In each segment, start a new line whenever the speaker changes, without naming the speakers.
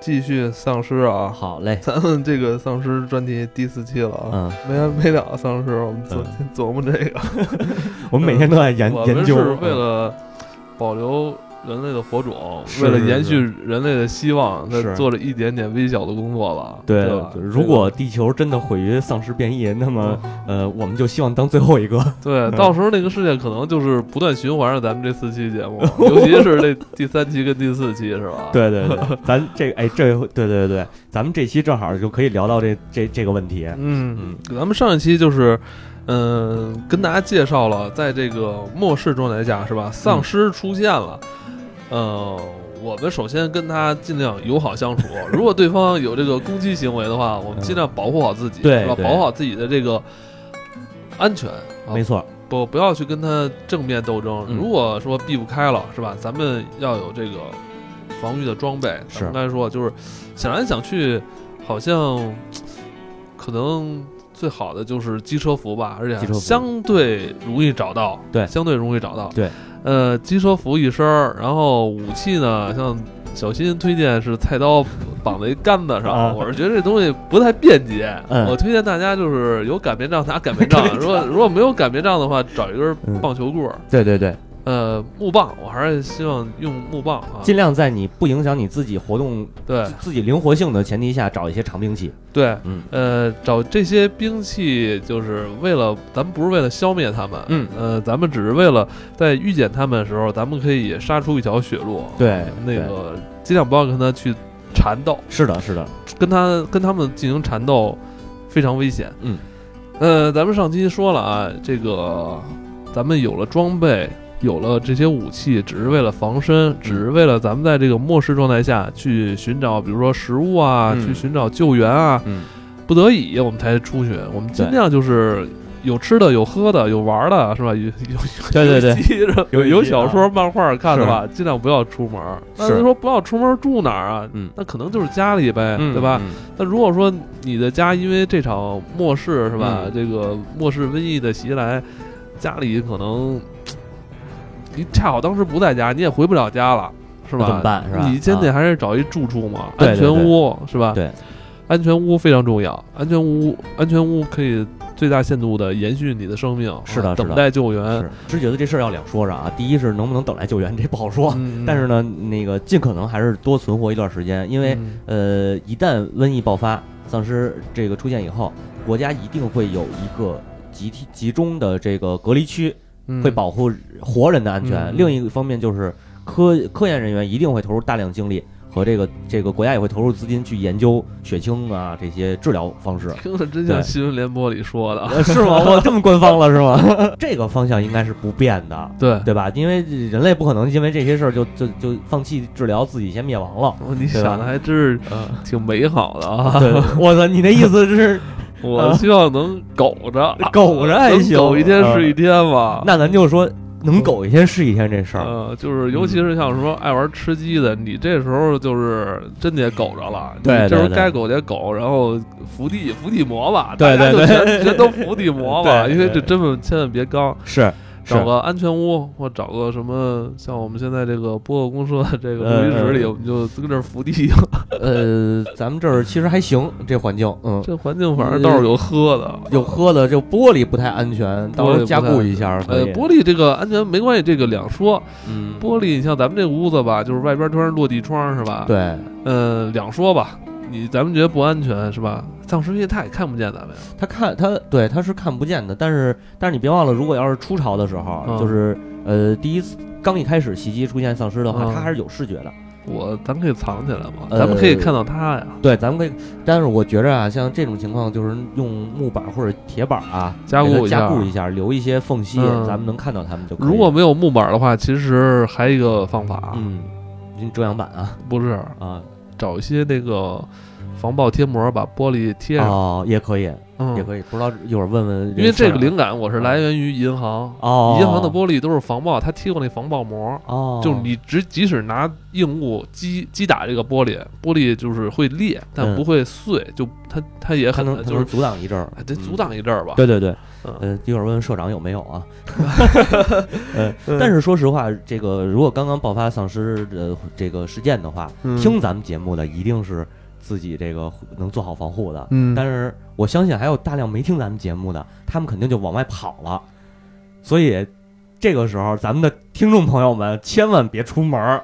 继续丧尸啊！
好嘞，
咱们这个丧尸专题第四期了啊，
嗯，
没完没了丧尸，我们昨天琢磨这个，
我们每天都在嗯研
呃我
研
们
究，嗯
是为了保留人类的火种，
是
为了
是
延
是
续人类的希望，在
是
做了一点点微小的工作吧。
对
对吧，
对如果地球真的毁于丧尸变异，那么
嗯
呃，我们就希望当最后一个。
对，
嗯
到时候那个事件可能就是不断循环着咱们这四期节 目，尤其是这第三期跟第四期，是吧？，
对对对，咱这个哎，这对对对，咱们这期正好就可以聊到这这这个问题。
嗯，咱们上一期就是，嗯、跟大家介绍了，在这个末世状态下，是吧？丧尸出现了，呃，我们首先跟他尽量友好 相处，如果对方有这个攻击行为的话，我们尽量保护好自己，
对
是吧？
对
保护好自己的这个安全。啊
没错，
不不要去跟他正面斗争。
嗯
如果说避不开了，是吧？咱们要有这个防御的装备。
是
咱们刚才说，就是想来想去，好像可能最好的就是机车服吧，而且
机车服
相对容易找到。
对
相对容易找到。
对，
呃，机车服一身儿，然后武器呢，像。小新推荐是菜刀绑在一杆子上，
啊
我是觉得这东西不太便捷。
嗯
我推荐大家就是有擀面杖拿擀面 杖，如果如果没有擀面杖的话，找一根
嗯
棒球棍儿，
对对对，
呃，木棒，我还是希望用木棒啊。
尽量在你不影响你自己活动、
对
自自己灵活性的前提下，找一些长兵器。
对，
嗯
呃，找这些兵器就是为了，咱们不是为了消灭他们，
嗯，
呃，咱们只是为了在遇见他们的时候，咱们可以杀出一条血路。
对
那
对
个尽量不要跟他去缠斗。
是的，是的，
跟他跟他们进行缠斗非常危险。
嗯，
呃，咱们上期说了啊，这个咱们有了装备，有了这些武器，只是为了防
嗯
身，只是为了咱们在这个末世状态下去寻找，比如说食物啊，
嗯
去寻找救援啊，
嗯，
不得已我们才出去，我们尽量就是。有吃的，有喝的，有玩的，是吧？有有
对对对
对，有
有
有
游戏啊
小说、漫画看的吧，尽量不要出门。那
是
就说不要出门住哪儿啊？
嗯
那可能就是家里呗，
嗯
对吧？？
嗯
那如果说你的家因为这场末世是吧，
嗯
这个末世瘟疫的袭来，家里可能你恰好当时不在家，你也回不了家了，是
那
吧？
怎么办？是吧？
你先得
啊
还是找一住处嘛，
对
安全屋是吧？
对，
安全屋非常重要，安全屋安全屋可以最大限度的延续你的生命，
是的
啊
是的
等待救援。
嗯是，只呃觉得这事儿要两说着啊。第一是能不能等来救援，这不好说。
嗯
哦但是呢，那个尽可能还是多存活一段时间，因为、
嗯
呃，一旦瘟疫爆发，丧尸这个出现以后，国家一定会有一个集体集中的这个隔离区，
嗯
会保护活人的安全。
嗯嗯。
另一个方面就是科科研人员一定会投入大量精力和这个这个国家也会投入资金去研究血清啊这些治疗方 式
听着真像
对
新闻联播里说的，
呃是吗？我这么官方了是吗？ 这个方向应该是不变的，
对，
对吧？因为人类不可能因为这些事儿就就就放弃治疗，自己先灭亡了。
哦你
对吧嗯
想的还真是挺美好的啊。
对，我操！你的意思是
我希望能苟着，
啊苟着还
能
行
苟一天
嗯
是一天吧。
那咱就说能苟一天是一天这事儿，
呃，就是尤其是像什么爱玩吃鸡的，你这时候就是真得苟着了。你
对对
这时候
对
该苟得苟，然后伏地伏地魔吧，
对
大家就
对对
全全都伏地魔吧，
对对
因为这真的千万别刚。
是是
找个安全屋，或找个什么，像我们现在这个播客公社的这个录音室里，
呃
我们就跟这儿伏地。
呃，咱们这儿其实还行，这环境，嗯，
这环境反正倒是有喝的，
有喝的，就玻璃不太安全，到时候加固一下可
呃，
以。
玻璃这个安全没关系，这个两说。
嗯，
玻璃，你像咱们这屋子吧，就是外边全是落地窗，是吧？，
对，
呃，两说吧，你咱们觉得不安全是吧？丧尸病他也看不见咱们呀，
他看他对他是看不见的，但是但是你别忘了，如果要是初潮的时候，
嗯
就是呃第一次刚一开始袭击出现丧尸的话，
嗯
他还是有视觉的。
我咱可以藏起来嘛，
呃
咱们可以看到他呀，
对，咱们可以，但是我觉着啊，像这种情况就是用木板或者铁板啊
加固
给它
一下
加固一下，留一些缝隙，
嗯
咱们能看到他们就可以。
如果没有木板的话，其实还有一个方法，
嗯，用遮阳板啊
不是
啊
找一些那个防爆贴膜把玻璃贴上，
哦，也可以，
嗯
也，可以。不知道一会儿问问人事儿啊，
因为这个灵感我是来源于银行，
哦，
银行的玻璃都是防爆，他贴过那防爆膜，
哦，
就是你只即使拿硬物击击打这个玻璃，玻璃就是会裂，但
嗯
不会碎，就它它也
它
很
能它
就
能
是
阻挡一阵儿
哎，得
嗯
阻挡一阵儿吧。
对对对，
嗯
呃，一会儿问问社长有没有啊？ 呃，
嗯
但是说实话，这个如果刚刚爆发丧尸的这个事件的话，
嗯
听咱们节目的一定是自己这个能做好防护的。
嗯
但是我相信还有大量没听咱们节目的，他们肯定就往外跑了。所以这个时候，咱们的听众朋友们千万别出门儿，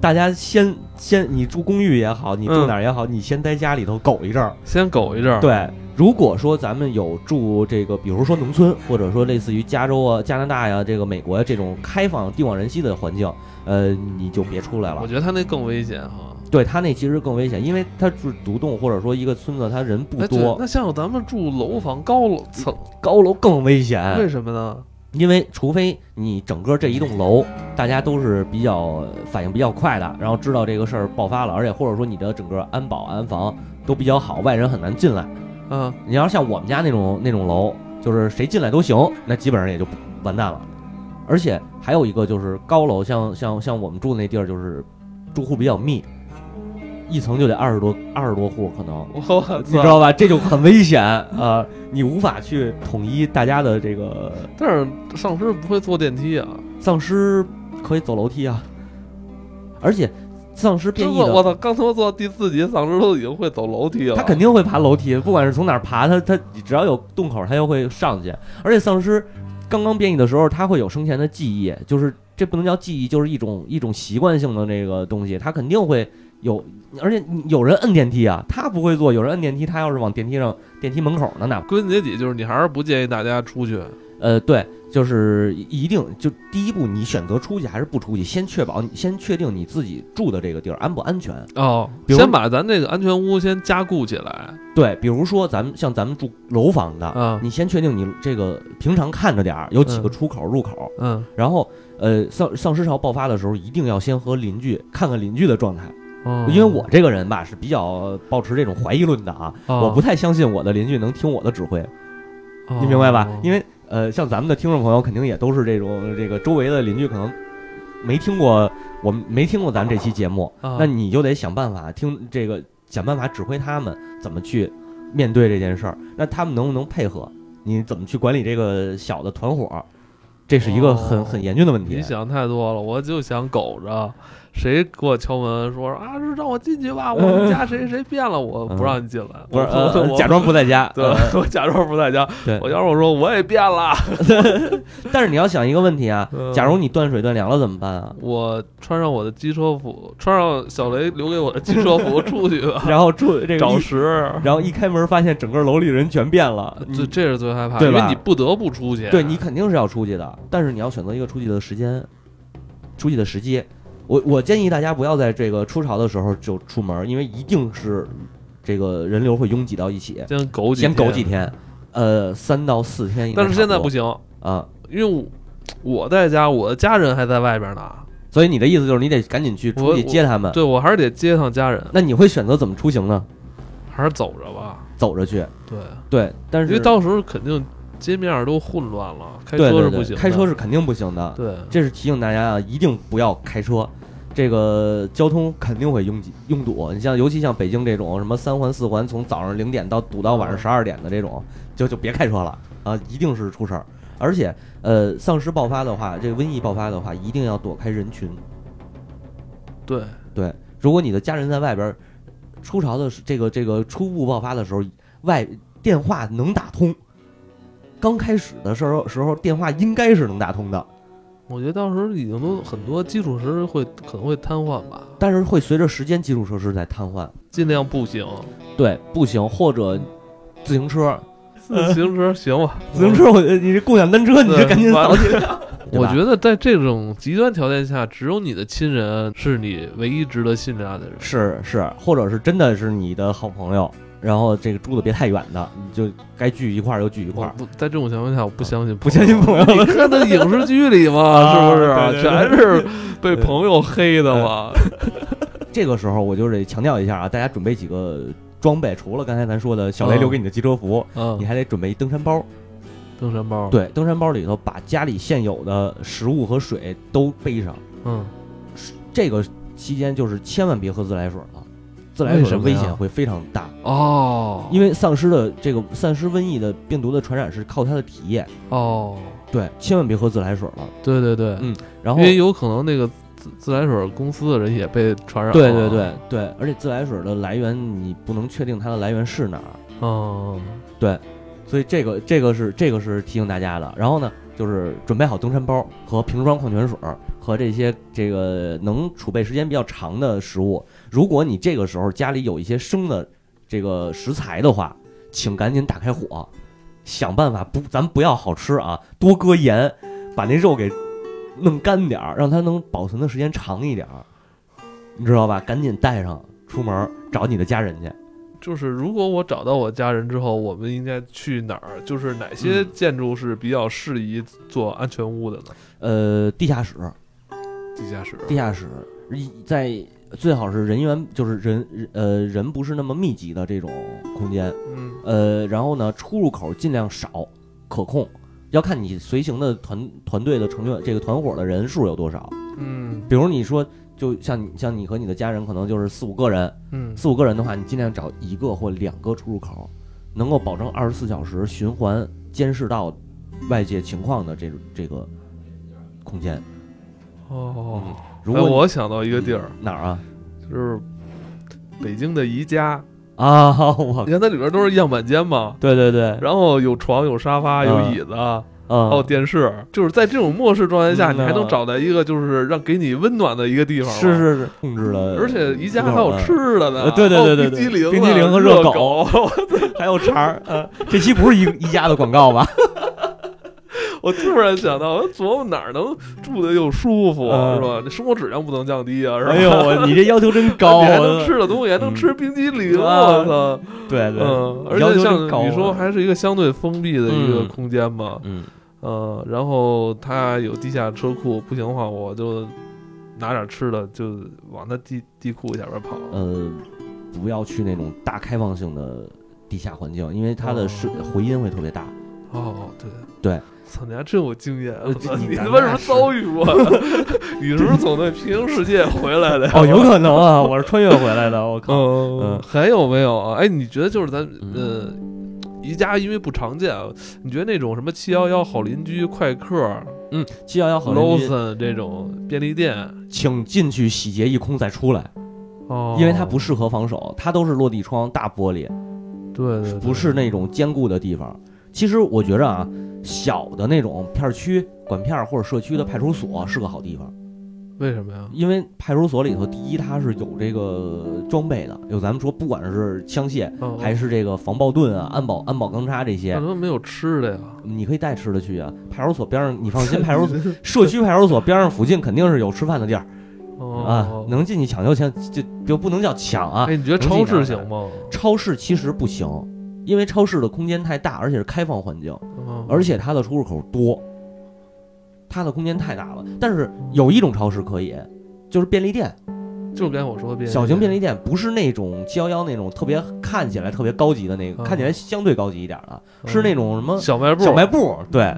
大家先先你住公寓也好，你住
嗯
哪儿也好，你先待家里头苟一阵儿。
先苟一阵儿。
对，如果说咱们有住这个，比如说农村，或者说类似于加州啊、加拿大呀、这个美国呀、这种开放、地广人稀的环境，呃，你就别出来了
我。觉得他那更危险哈。
对他那其实更危险，因为他是独栋，或者说一个村子，他人不
哎对
多，哎
那像咱们住楼房高楼层，
高楼更危险。
为什么呢？
因为除非你整个这一栋楼大家都是比较反应比较快的，然后知道这个事儿爆发了，而且或者说你的整个安保安防都比较好，外人很难进来。
嗯，
你要是像我们家那种那种楼，就是谁进来都行，那基本上也就完蛋了。而且还有一个就是高楼，像像像我们住的那地儿，就是住户比较密，一层就得二十多二十多户可能，
我操
你知道吧？这就很危险啊、呃你无法去统一大家的这个
但是丧尸不会坐电梯啊！
丧尸可以走楼梯啊，而且丧尸变
真
异
的，我
的，
操！刚他妈做到第四集，丧尸都已经会走楼梯了。
他肯定会爬楼梯，不管是从哪儿爬，他他只要有洞口，他就会上去。而且丧尸刚刚变异的时候，它会有生前的记忆，就是这不能叫记忆，就是一种一种习惯性的那个东西，它肯定会有。而且你有人摁电梯啊，他不会坐，有人摁电梯，他要是往电梯上电梯门口呢，哪怕
归根结底就是，你还是不建议大家出去。
呃，对，就是一定就第一步，你选择出去还是不出去，先确保你先确定你自己住的这个地儿安不安全。
哦，
比如
先把咱这个安全屋先加固起来。
对，比如说咱们像咱们住楼房的，
嗯
啊你先确定你这个平常看着点儿，有几个
嗯
出口入口，
嗯，
然后呃丧丧尸潮爆发的时候，一定要先和邻居看看邻居的状态，
哦
因为我这个人吧是比较抱持这种怀疑论的啊，我不，太相信我的邻居能听我的指挥，
哦
你明白吧？因
为
为呃，像咱们的听众朋友肯定也都是这种这个周围的邻居可能没听过，我们没听过咱这期节目，
哦
那你就得想办法听这个，想办法指挥他们怎么去面对这件事儿。那他们能不能配合？你怎么去管理这个小的团伙？这是一个很、
哦
很严峻的问题
你。想太多了，我就想苟着。谁给我敲门说啊，让我进去吧？ 我们家谁谁变了，我不让你进来，
嗯不是，
我
呃，
我
假装不在家。
对，
呃
我假装不在家。
对
我要是我说我也变了，
但是你要想一个问题啊，
嗯
假如你断水断粮了怎么办 啊？
我穿上我的机车服，穿上小雷留给我的机车服出去 吧，
然后住这个
找
一，
食。
然后一开门发现整个楼里人全变了，你
这这是最害怕，
对
因为
吧
你不得不出去。
对你肯定是要出去的，但是你要选择一个出去的时间，出去的时机。我我建议大家不要在这个初潮的时候就出门，因为一定是这个人流会拥挤到一起，
先苟几
先苟
苟
几。天，呃，三到四天应该
但
差
是
多。
现在不行，
啊，
因为我我在家，我的家人还在外边呢。
所以你的意思就是你得赶紧去出
我
去接他们。
对我还是得接趟家人，
那你会选择怎么出行呢？
还是走着吧。
走着去，
对，
对，但
因
是
为到时候肯定街面儿都混乱了，开
对
车是
对
不
对
行的，
开车是肯定不行的。
对，
这是提醒大家啊，一定不要开车，这个交通肯定会拥挤拥堵。你像尤其像北京这种什么三环四环，从早上零点到堵到晚上十二点的这种，就就别开车了啊，一定是出事儿。而且呃，丧尸爆发的话，这个瘟疫爆发的话，一定要躲开人群。
对，
对，如果你的家人在外边儿，初潮的时这个这个初步爆发的时候，外电话能打通。刚开始的时候时候，电话应该是能打通的，
我觉得到时候已经都很多基础设施会可能会瘫痪吧，
但是会随着时间基础设施在瘫痪。
尽量步行，
对，步行或者自行车，
自行车行吧，
自行车我觉得你这共享单车你就
对
赶紧
完
扫
了
起来。对
我
吧
觉得在这种极端条件下，只有你的亲人是你唯一值得信赖的人。
是是，或者是真的是你的好朋友，然后这个住的别太远的，你就该聚一块儿就聚一块
我
儿。
不在这种情况下，我不相信
不
朋友，
相信朋友
你看那影视剧里嘛，
啊
是不是
对对对
全是被 朋友黑的嘛？
这个时候我就得强调一下啊，大家准备几个装备，除了刚才咱说的小雷留给你的机车服，
嗯
你，还得准备一登山包。
登山包，，
对，登山包里头把家里现有的食物和水都背上。
嗯，
这个期间就是千万别喝自来水了，自来
为
水的
什么
危
呀
险会非常大，
哦，
因
为
为丧尸的这个丧尸瘟疫的病毒的传染是靠它的体液。
哦，
对，千万别喝自来水了。
对对对，
嗯然
因
后，
为有可能那个自自来水公司的人也被传染了，
对对对
啊
对，而且自来水的来源你不能确定它的来源是哪儿，
嗯，嗯，
所以这个这个是这个是提醒大家的。然后呢，就是准备好登山包和瓶装矿泉水儿和这些这个能储备时间比较长的食物。如果你这个时候家里有一些生的这个食材的话，请赶紧打开火，想办法不，咱不要好吃啊，多搁盐，把那肉给弄干点儿，让它能保存的时间长一点儿，你知道吧？赶紧带上出门儿找你的家人去。
就是如果我找到我家人之后，我们应该去哪儿？就是哪些
嗯
建筑是比较适宜做安全屋的呢？
呃，地下室，
地下室，
地下室一在最好是人员就是人人呃人不是那么密集的这种空间，
嗯
呃，然后呢出入口尽量少，可控，要看你随行的团团队的成员这个团伙的人数有多少。
嗯
比如你说，就像你像你和你的家人可能就是四五个人，
嗯
四五个人的话，你尽量找一个或两个出入口，能够保证二十四小时循环监视到外界情况的这这个空间。
哦，
如
哎
果你
我想到一个地儿，
哪儿啊？
就是北京的宜家，
啊，我
你看它里边都是样板间嘛，
对对对，
然后有床、有沙发、有
嗯
椅子，
嗯，
还有电视，哦就是在这种末世状态下，
嗯
你还能
啊
找到一个就是让给你温暖的一个地方，啊嗯
是。是是控制了，
而且宜家还有
嗯，
吃的呢，
呃对对对对
还有冰激
对
凌啊、
冰激凌和
热
热
狗。
还有肠儿，嗯，这期不是一一家的广告吧？
我突然想到，我琢磨哪儿能住的又舒服，啊
嗯
是吧？这生活质量不能降低啊， 是吧？
哎 呦，我你这要求真高，啊
你还
我嗯
能吃的东西，还能吃冰激凌，
啊
我操！
对对，
嗯，而
要
且
求
像
真高啊，
你说，还是一个相对封闭的一个
嗯
空间嘛，
嗯，
嗯，然后它有地下车库，不行的话，我就拿点吃的，就往它地地库下边跑。
呃，不要去那种大开放性的地下环境，因为它的是回音会特别大。
哦，对
对，
操，你还真有经验啊！
呃
操
你
你他
咱
妈
俩
什么遭遇过？ 你是不是从那平行世界回来的呀？
哦，有可能啊，我是穿越回来的，我靠，
嗯，
嗯
还有没有啊？哎，你觉得就是咱呃
嗯，
宜家因为不常见，啊，你觉得那种什么七幺幺好邻居、快客、
嗯，七幺幺好邻居，
Lawson 这种便利店，
请进去洗劫一空再出来，
哦，
因为它不适合防守，它都是落地窗、大玻璃，
对对对
不是那种坚固的地方。其实我觉着啊，小的那种片儿区、管片儿或者社区的派出所是个好地方，
为什么呀？
因为派出所里头，第一它是有这个装备的，有咱们说不管是枪械
哦
还是这个防爆盾啊、安保安保钢叉这
那
些
他，妈没有吃的呀？
你可以带吃的去啊。派出所边上，你 放心，派出所
所
社区派出所边上附近肯定是有吃饭的地儿啊，能进去抢就抢，就就不能叫抢
哦
啊。
哎，你觉得超市行吗？
超市其实不行，因为超市的空间太大，而且是开放环境。
嗯
而且它的出入口多，它的空间太大了。但是有一种超市可以，就是便利店，
就是刚才我说的便利
小型便
利
利店，不是那种七幺幺那种特别看起来特别高级的那个，
嗯
看起来相对高级一点的，
嗯
是那种什么
小卖部，
小卖部，对，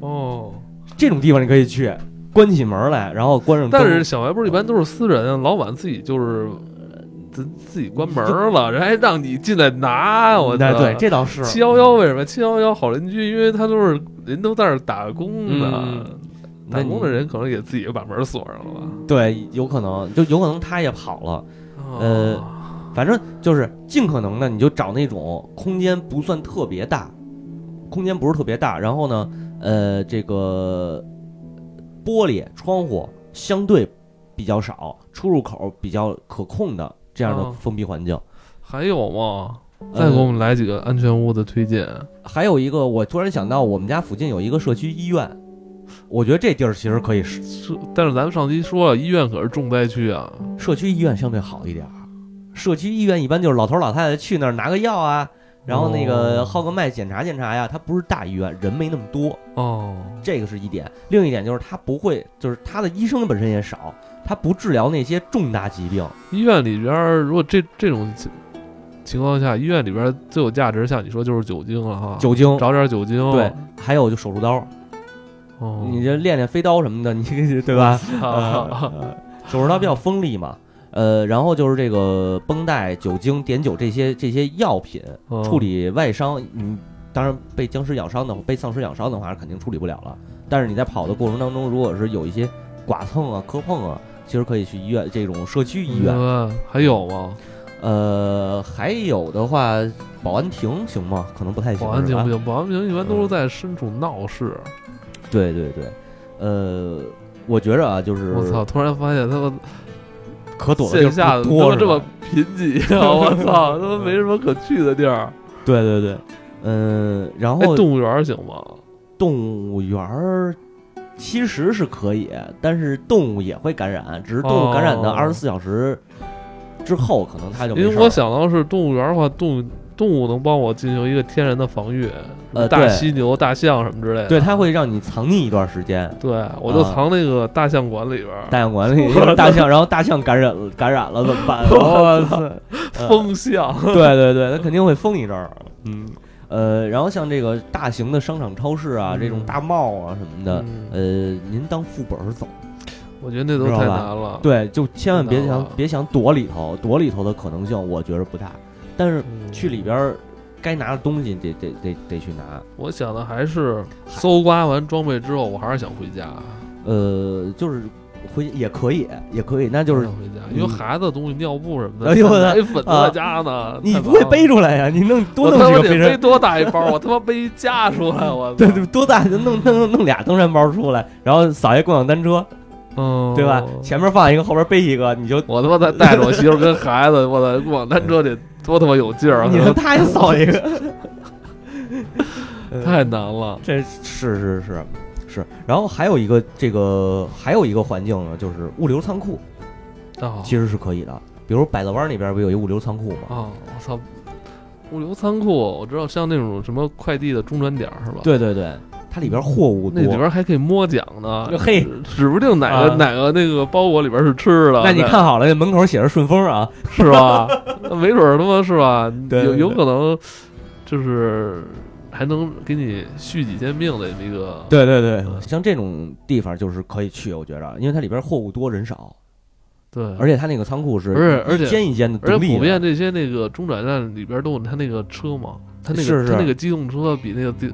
哦。
这种地方你可以去，关起门来，然后关上灯，
但是小卖部一般都是私人，老板自己就是自自己关门了，人还让你进来拿，我
哎
操！
对，这倒是嗯
七幺幺为什么七幺幺好邻居？因为他都是人都在那儿打工呢
嗯，
打
那你
工的人可能也自己把门锁上了吧？
对，有可能就有可能他也跑了。
哦
呃，反正就是尽可能的，你就找那种空间不算特别大，空间不是特别大，然后呢，呃，这个玻璃窗户相对比较少，出入口比较可控的这样的
哦
封闭环境。
还有吗？
呃
再给我们来几个安全屋的推荐。
还有一个，我突然想到，我们家附近有一个社区医院，我觉得这地儿其实可以试，
是，但是咱们上期说了，医院可是重灾区啊。
社区医院相对好一点儿。社区医院一般就是老头老太太去那儿拿个药啊，然后那个
哦
号个脉检查检查呀，它不是大医院，人没那么多。
哦，
这个是一点。另一点就是他不会，就是他的医生本身也少，他不治疗那些重大疾病。
医院里边儿如果这这种情况下，医院里边最有价值，像你说就是酒精了哈，
酒精，
找点酒精，
对，还有就手术刀，
哦，
你这练练飞刀什么的， 你对吧？
啊，
呃手术刀比较锋利嘛，呃，然后就是这个绷带、酒精、碘酒这些这些药品
嗯
处理外伤，你当然被僵尸咬伤的、被丧尸咬伤的话，肯定处理不了了。但是你在跑的过程当中，如果是有一些剐蹭啊、磕碰啊，其实可以去医院这种社区医院。
嗯还有吗？
呃，还有的话，保安亭行吗？可能不太行。
保安
是
警
吧
不行，保安警一般都是在身处闹市。
对对对，呃，我觉着啊，就是
我操！，突然发现他们
可躲的地
线
儿
下
不
怎
多
么
是
这么
吧
贫瘠啊！我操，他们没什么可去的地儿。
对对对，嗯、然
哎，
后
动物园儿行吗？
动物园儿其实是可以，但是动物也会感染，只是动物感染的
哦
二十四小时之后，可能它就没
因为
事
我
儿
想到是动物园儿的话，动物动物能帮我进行一个天然的防御，
呃
大
对
犀牛、大象什么之类的。
了对，它会让你藏匿一段时间。
对，我就
啊
藏那个大象馆里边儿，
大象馆 里大象，然后大象感染了，感染了怎么办？
我
我
操
操！
风象。
对对对，它肯定会封一阵儿。嗯，呃，然后像这个大型的商场、超市啊，这种
嗯
大帽啊什么的，
嗯，
呃，您当副本儿走。
我觉得那都
知道
太
吧
难了。啊
对，就千万别
知道
想
了
别想躲里头，躲里头的可能性我觉得不大。但是
嗯，
去里边儿该拿的东西得得得得去拿。
我想的还是搜刮完装备之后，我还是想回家，
呃，就是回也可以，也可以，那就
还
是
想回家，因为
嗯
孩子的东西、尿布什么的，
哎呦我的
奶粉都在家呢，
你
太
不会
忙
背
了。
出来呀、你弄
我
多
他
弄
妈
几个
得
飞
背
身，
多大一包？我他妈背一架出来，我操
对对，多大就弄弄弄俩登山包出来，然后扫一共享单车，
嗯，
对吧？前面放一个，后边背一个， 你就
我他妈再带着我媳妇儿跟孩子，我操，共享单车得多他妈有劲儿啊！
你让他也扫一个，
太难 了。
这是是是是。然后还有一个这个还有一个环境呢，就是物流仓库。
啊
其实是可以的。比如百乐湾那边不有一物流仓库吗？
啊！我操，物流仓库，我知道像那种什么快递的中转点儿是吧？，
对对对，它里边货物
那
多。啊
里边还可以摸奖呢，
嘿
指指不定哪个、
啊
哪个那个包裹里边是吃的，
那你看好了，这门口写着顺丰啊。
是吧？那没准儿他妈是吧？
对对
有有
对
可能就是还能给你续几天命的这么一个。
对对对，
嗯
像这种地方就是可以去，我觉着，因为它里边货物多人少，
对，啊
而且它那个仓库是
嗯不是而且
一间一间的
而
独
且
立的。
普遍这些那个中转站里边都有他那个车嘛，他那个
是是
他那个机动车比那个电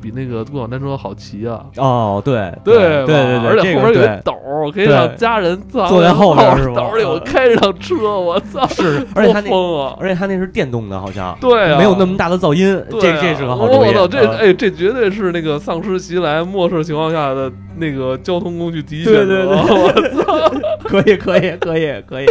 比那个共享单车好骑啊。
哦，对
对吧
对对对，
而且
这
后边有一
个对
斗儿，可以让
对
家人
坐在后边儿是 吧
斗里我
嗯
开上车，我操，
是， 而且它那
多疯啊！
而且它那是电动的，好像
对啊，
没有那么大的噪音，
对
这
啊
这是个好主意。
我操，这
嗯
哎，这绝对是那个丧尸袭来末世情况下的那个交通工具第一选择。啊
对 对嗯
对，
可以，可以，可以，可以。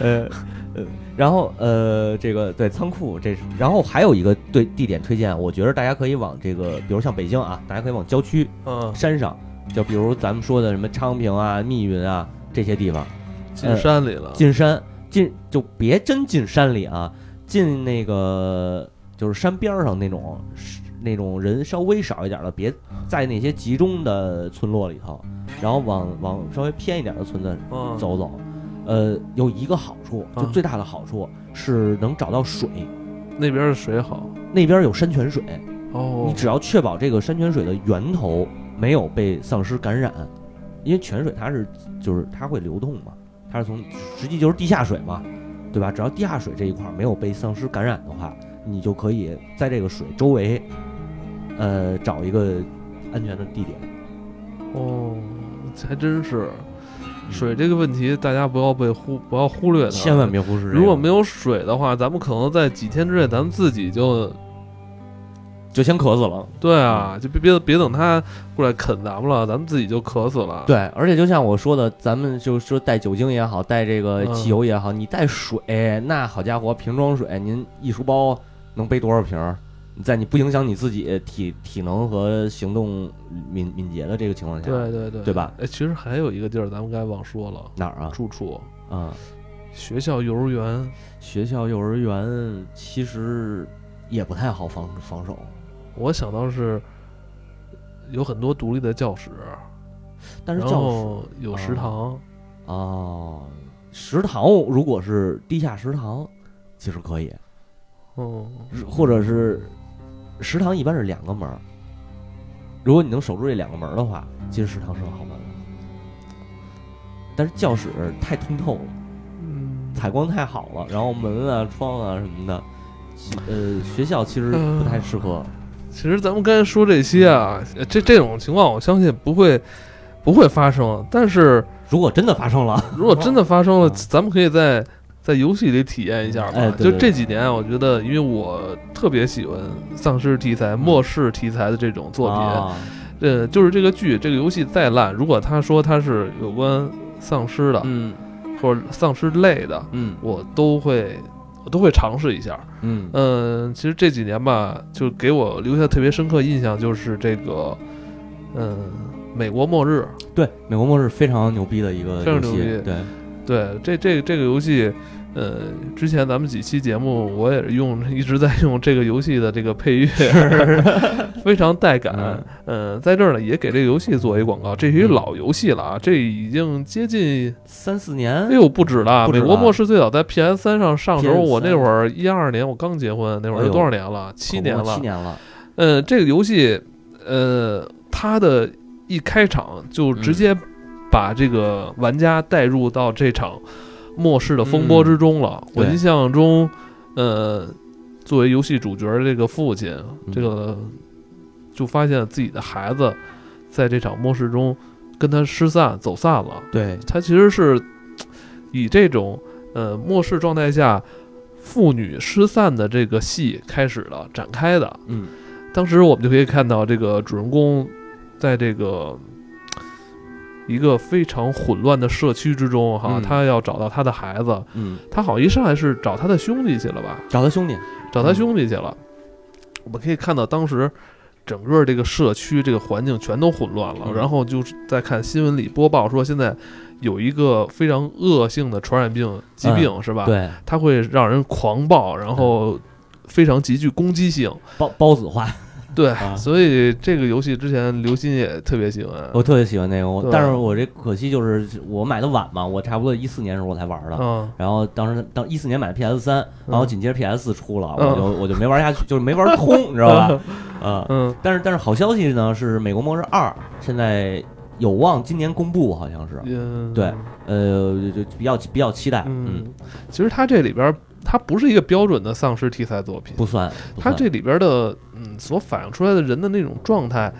呃，呃，然后呃，这个对仓库这是，然后还有一个对地点推荐，我觉得大家可以往这个，比如像北京啊，大家可以往郊区、
嗯，
山上，就比如咱们说的什么昌平啊、密云啊这些地方，
进山里了，
进山进就别真进山里啊，进那个就是山边儿上那种那种人稍微少一点的，别在那些集中的村落里头，然后往往稍微偏一点的村子
嗯，
走走。呃，有一个好处，就
啊
最大的好处是能找到水，
那边的水好
那边有山泉水，
哦
你，只要确保这个山泉水的源头没有被丧尸感染，因为泉水它是就是它会流动嘛，它是从实际就是地下水嘛，对吧？只要地下水这一块儿没有被丧尸感染的话，你就可以在这个水周围，呃，找一个安全的地点。
哦，还真是。水这个问题，大家不要被忽不要忽略它，
嗯
啊
千万别忽视这个，
如果没有水的话，咱们可能在几天之内，咱们自己就
就先渴死了。
对啊，就别别别等他过来啃咱们了，咱们自己就渴死了。，
对，而且就像我说的，咱们就说带酒精也好，带这个
嗯
汽油也好，你带水，那好家伙，瓶装水，您一书包能背多少瓶儿？在你不影响你自己体体能和行动敏敏捷的这个情况下，
对对对，
对吧？
哎，其实还有一个地儿，咱们该忘说了，
哪儿啊？
住处。
啊、
学校、幼儿园，
学校、幼儿园其实也不太好防防守，
我想到是有很多独立的教室，
但是
然
教室啊
后有食堂，
哦，食堂如果是地下食堂，其实可以，
哦，
或者是食堂一般是两个门儿。如果你能守住这两个门儿的话，其实食堂是个好办法。但是教室太通透了，
嗯，
采光太好了，然后门啊、窗啊什么的，其呃，学校其实不太适合。
其实咱们刚才说这些啊，呃这这种情况我相信不会不会发生，但是
如果真的发生了，
如果真的发生了，
嗯
咱们可以在在游戏里体验一下吧。
哎对对
就这几年，我觉得因为我特别喜欢丧尸题材、末世题材的这种作品，
嗯啊
呃，就是这个剧、这个游戏再烂，如果他说它是有关丧尸的、
嗯
或者丧尸类的，
嗯
我都会我都会尝试一下。
嗯
嗯，其实这几年吧，就给我留下特别深刻印象就是这个，嗯，美国末日。
对，《美国末日》非常牛逼的一个
非常
游
牛
戏
逼，
对，
对，这这这个游戏，呃，之前咱们几期节目我也是用一直在用这个游戏的这个配乐， 非常带感。
嗯
呃，在这儿呢也给这个游戏做一广告，这是一
嗯
老游戏了啊，这已经接近
三四年
哎，呦不止了。
嗯不止
美国
了
末世最早在 PS 三上上时候，
PS3
我那会儿一二年我刚结婚，那会
哎
儿
呦
多少年了？七年
恐怖
了
七。年了，
呃，这个游戏，呃，它的一开场就直接把这个玩家带入到这场末世的风波之中了。我
对
印象中，呃，作为游戏主角的这个父亲，
嗯
这个就发现自己的孩子在这场末世中跟他失散走散了。
对，
他其实是以这种呃末世状态下父女失散的这个戏开始了展开的。
嗯，
当时我们就可以看到这个主人公在这个一个非常混乱的社区之中，哈，
嗯
他要找到他的孩子，
嗯，
他好像一上来是找他的兄弟去了吧，
找他兄弟，
找他兄弟去了。我们可以看到当时。整个这个社区这个环境全都混乱了，
嗯
然后就是在看新闻里播报说，现在有一个非常恶性的传染病疾病，
哎
是吧？，
对，
它会让人狂暴，然
哎
后非常极具攻击性。
包包子花，
对，
啊
所以这个游戏之前刘鑫也特别喜欢。
我特别喜欢那个，我
嗯对
但是我这可惜就是我买的晚嘛，我差不多一四年时候我才玩的。
嗯，
然后当时当一四年买的 PS 三，然后紧接着 PS 四出了，我就我就没玩下去，就是没玩通，你知道吧？
嗯
啊，
嗯，
但是但是好消息呢是《美国末日二》现在有望今年公布，好像是，
嗯，
对呃，就就比较比较期待，嗯，
嗯，其实它这里边儿它不是一个标准的丧尸题材作品，
不算，不
它
算
这里边的嗯所反映出来的人的那种状态，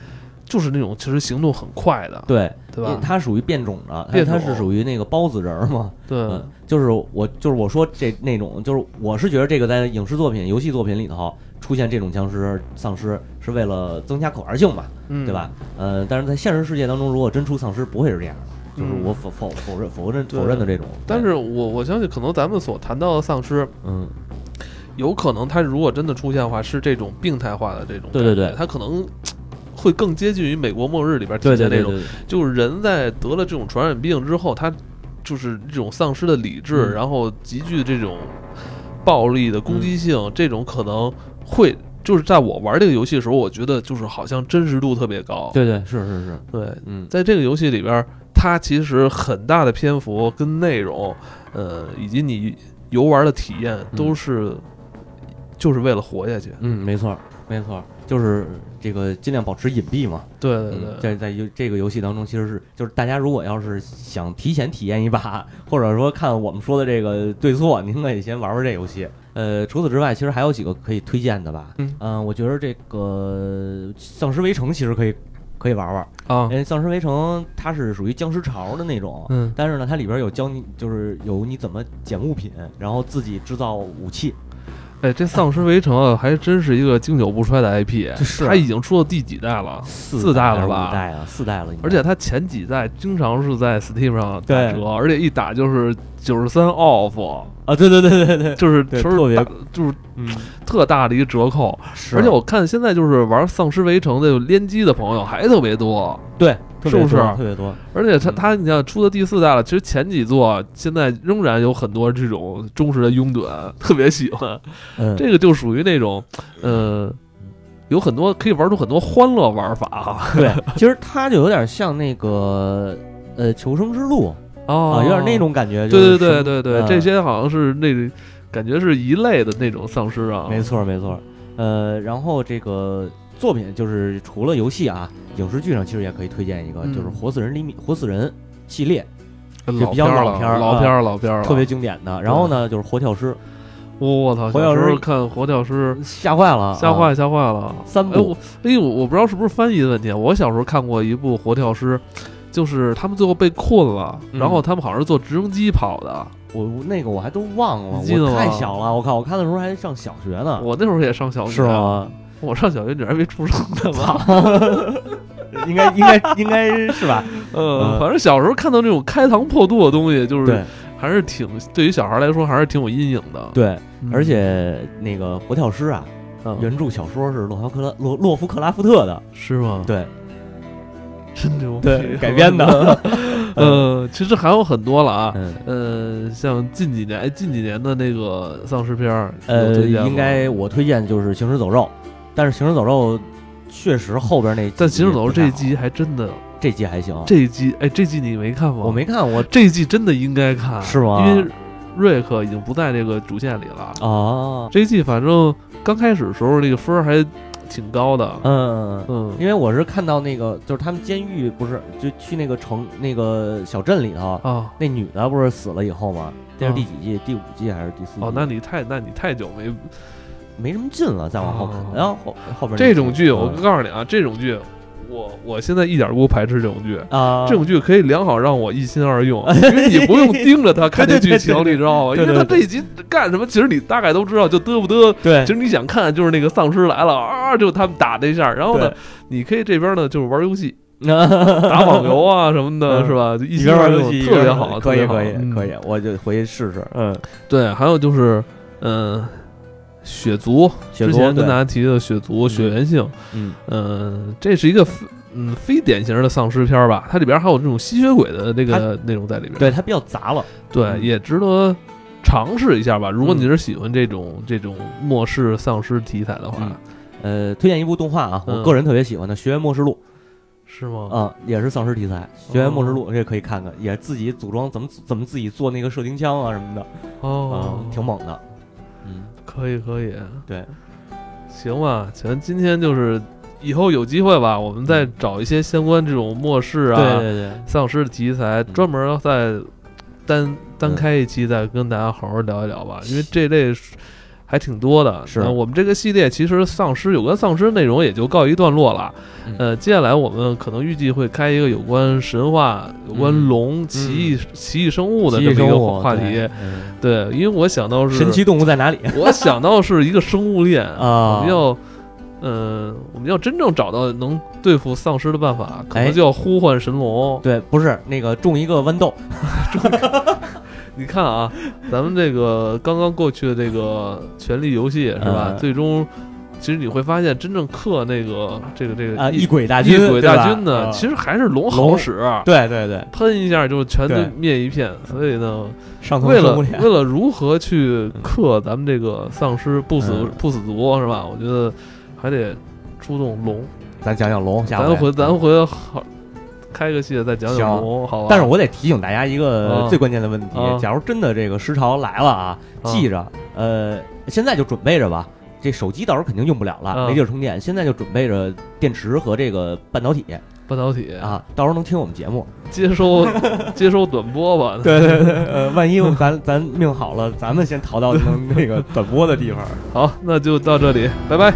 就是那种其实行动很快的，
对，
对
因为
吧？
它属于变种的，它
变种
它是属于那个包子人儿嘛，
对，
嗯，就是我就是我说这那种，就是我是觉得这个在影视作品、游戏作品里头出现这种僵尸、丧尸，是为了增加可玩性嘛，
嗯，
对吧？？呃，但是在现实世界当中，如果真出丧尸，不会是这样的，就是
嗯
我否否否认否认
对
否认的这种。
但
对
是我我相信，可能咱们所谈到的丧尸，
嗯，
有可能它如果真的出现的话，是这种病态化的这种感觉，
对对对
它可能会更接近于美国末日里边体
对
现
对
那
对
种，
对，
就是人在得了这种传染病之后，他就是这种丧失了理智，
嗯
然后极具这种暴力的攻击
嗯
性，这种可能会就是在我玩这个游戏的时候，我觉得就是好像真实度特别高。
对对是是是，
对
嗯，
在这个游戏里边，它其实很大的篇幅跟内容，呃，以及你游玩的体验都是。就是为了活下去，
嗯，没错儿没错儿，就是这个尽量保持隐蔽嘛。
对对对，
嗯，在在游这个游戏当中，其实是就是大家如果要是想提前体验一把，或者说看我们说的这个对错，您可以先玩玩这游戏。呃，除此之外，其实还有几个可以推荐的吧。
嗯
我觉得这个《丧尸围城》其实可以可以玩玩，
啊
因，为《丧尸围城》它是属于僵尸潮的那种，
嗯
但是呢，它里边有教你，就是有你怎么捡物品，然后自己制造武器。
哎，这《丧尸围城》啊，还真是一个经久不衰的 IP，
是
它已经出到第几代了？四代了
还是
吧
五代啊，四代了应该。
而且它前几代经常是在 Steam 上打
对
折，而且一打就是九十三 off，
啊，对对对对对，
就是
对
就是
特别
大就是
嗯，
特大的一个折扣。
是
而且我看现在就是玩《丧尸围城》的联机的朋友还特别多，
对，特别
是不是
多特别多？
而且它
嗯
它你像出到第四代了，其实前几座现在仍然有很多这种忠实的拥趸，特别喜欢。
嗯，
这个就属于那种，呃，有很多可以玩出很多欢乐玩法啊，
对， 其实它就有点像那个呃《求生之路》啊，有点那种感觉。
哦对
就
对
是什
对
么
对对，
嗯
这些好像是那感觉是一类的那种丧尸啊。
没错没错。呃，然后这个作品就是除了游戏啊，影视剧上其实也可以推荐一个，
嗯
就是《活死人厘米》《活死人》系列
老
比较
片儿
老
了
片儿
老片儿，老片儿了，
特别经典的。然后呢，就是《活跳尸
我我操！
活
小
跳
时候
尸
看活跳尸》，，
吓坏了，
吓坏
啊
吓坏了。
三
哎
部
我哎呦，我不知道是不是翻译的问题啊。我小时候看过一部活跳尸，就是他们最后被困了，
嗯啊
然后他们好像是坐直升机跑的。
我我那个我还都忘了，
你记得
我太
吗
小了，我靠，我看的时候还上小学呢，
我那时候也上小学，
是？吗？
我上小学，你还没出生呢吧？
应该应该应该是吧？
呃，反正小时候看到这种开膛破肚的东西，就是
对
还是挺对于小孩来说还是挺有阴影的。
对，
嗯，
而且那个《活跳尸》啊，
嗯
原著小说是洛夫克拉洛洛夫克拉夫特的，
是吗？
对
真牛逼
对，改 编。的，
呃，其实还有很多了啊。
嗯。
呃，像近几年，哎，近几年的那个丧尸片儿，
呃，
有推荐吗
应该我推荐就是《行尸走肉》，但是《行尸走肉》确实后边那，
但《行尸走肉》这一季，还真的，
这季还行，
这一季，哎，这季你没看吗？
我没看，我
这一季真的应该看，
是吗
因为瑞克已经不在这个主线里了。
哦，
这一季反正刚开始的时候那个分儿还挺高的，
嗯，
嗯
因为我是看到那个，就是他们监狱不是就去那个城那个小镇里头，
啊
那女的不是死了以后吗？这是
啊
第几季？第五季还是第四季？
哦，那你太那你太久没
没什么劲了，再往后看
哦，
然后后后边
这种剧，我
嗯
告诉你啊，这种剧，我我现在一点儿不排斥这种剧。
啊，
这种剧可以良好让我一心二 用，因为你不用盯着他看这剧情，你知道吗？因
对对对
为
哎
他这一集干什么，其实你大概都知道，就嘚不嘚。
对
其实你想看，就是那个丧尸来了啊，就他们打这一下，然后呢，你可以这边呢就是玩游戏、 打网 游啊什么的，
嗯
是吧？就一
一
心
边
二
玩
用
游戏
特别好，
可以
特别好
可以
嗯
可以，我就回去试试。嗯，
对，还有就是，嗯，血族，
雪
之
族
前跟大
对
家提的血族、血缘性，
嗯
嗯，这是一个非嗯非典型的丧尸片儿吧，它里边还有这种吸血鬼的那个内容在里边，
对它比较杂了，
对，
嗯
也值得尝试一下吧。如果
嗯
你是喜欢这种这种末世丧尸题材的话，
嗯呃，推荐一部动画啊，
嗯
我个人特别喜欢的《学院末世录
是》吗？
啊，也是丧尸题材，《学院末世
哦
录》这可以看看，也自己组装怎么怎么自己做那个射钉枪啊什么的，
哦
嗯，，挺猛的。嗯，
可以可以，
对，
行吧，咱今天就是以后有机会吧，我们再找一些相关这种末世啊、
嗯对对对，
丧尸的题材，
嗯
专门再单单开一期，再跟大家好好聊一聊吧，因为这类是。还挺多的，
是
那我们这个系列其实丧尸有关丧尸内容也就告一段落了。
嗯
呃，接下来我们可能预计会开一个有关神话、有关龙、奇异、奇异生物的
嗯奇
这
异
么
生
一个
物
话
对
题。
嗯
对，因为我想到是
神奇动物在哪里
我想到是一个生物链，我
啊
们？要，呃，我们要真正找到能对付丧尸的办法，可
哎
能就要呼唤神龙。
对，不是那个种一个豌豆，
你看啊，咱们这个刚刚过去的这个《权力游戏》是吧？
嗯
最终，其实你会发现，真正克那个这个这个
啊，
异
异鬼大军，
异鬼大军
对吧
呢，
啊
其实还是龙好
龙
使，
对对对，
喷一下就全
对
都灭一片。所以呢，
上头
为了
生物链
为了如何去克咱们这个丧尸不死、
嗯
不死族是吧？我觉得还得出动龙。
咱讲讲龙，下嗯
咱回咱回好开个系列再讲讲
行
龙，好吧？
但是我得提醒大家一个
啊
最关键的问题：
啊
假如真的这个时潮来了啊，
啊
记着，呃，现在就准备着吧。这手机到时候肯定用不了了，
啊
没地儿充电。现在就准备着电池和这个半导体
半导体
啊，到时候能听我们节目。
接收 接收短波吧。
对对对，呃，万一咱咱 命好了，咱们先逃到能那个短波的地方。
好，那就到这里，拜拜。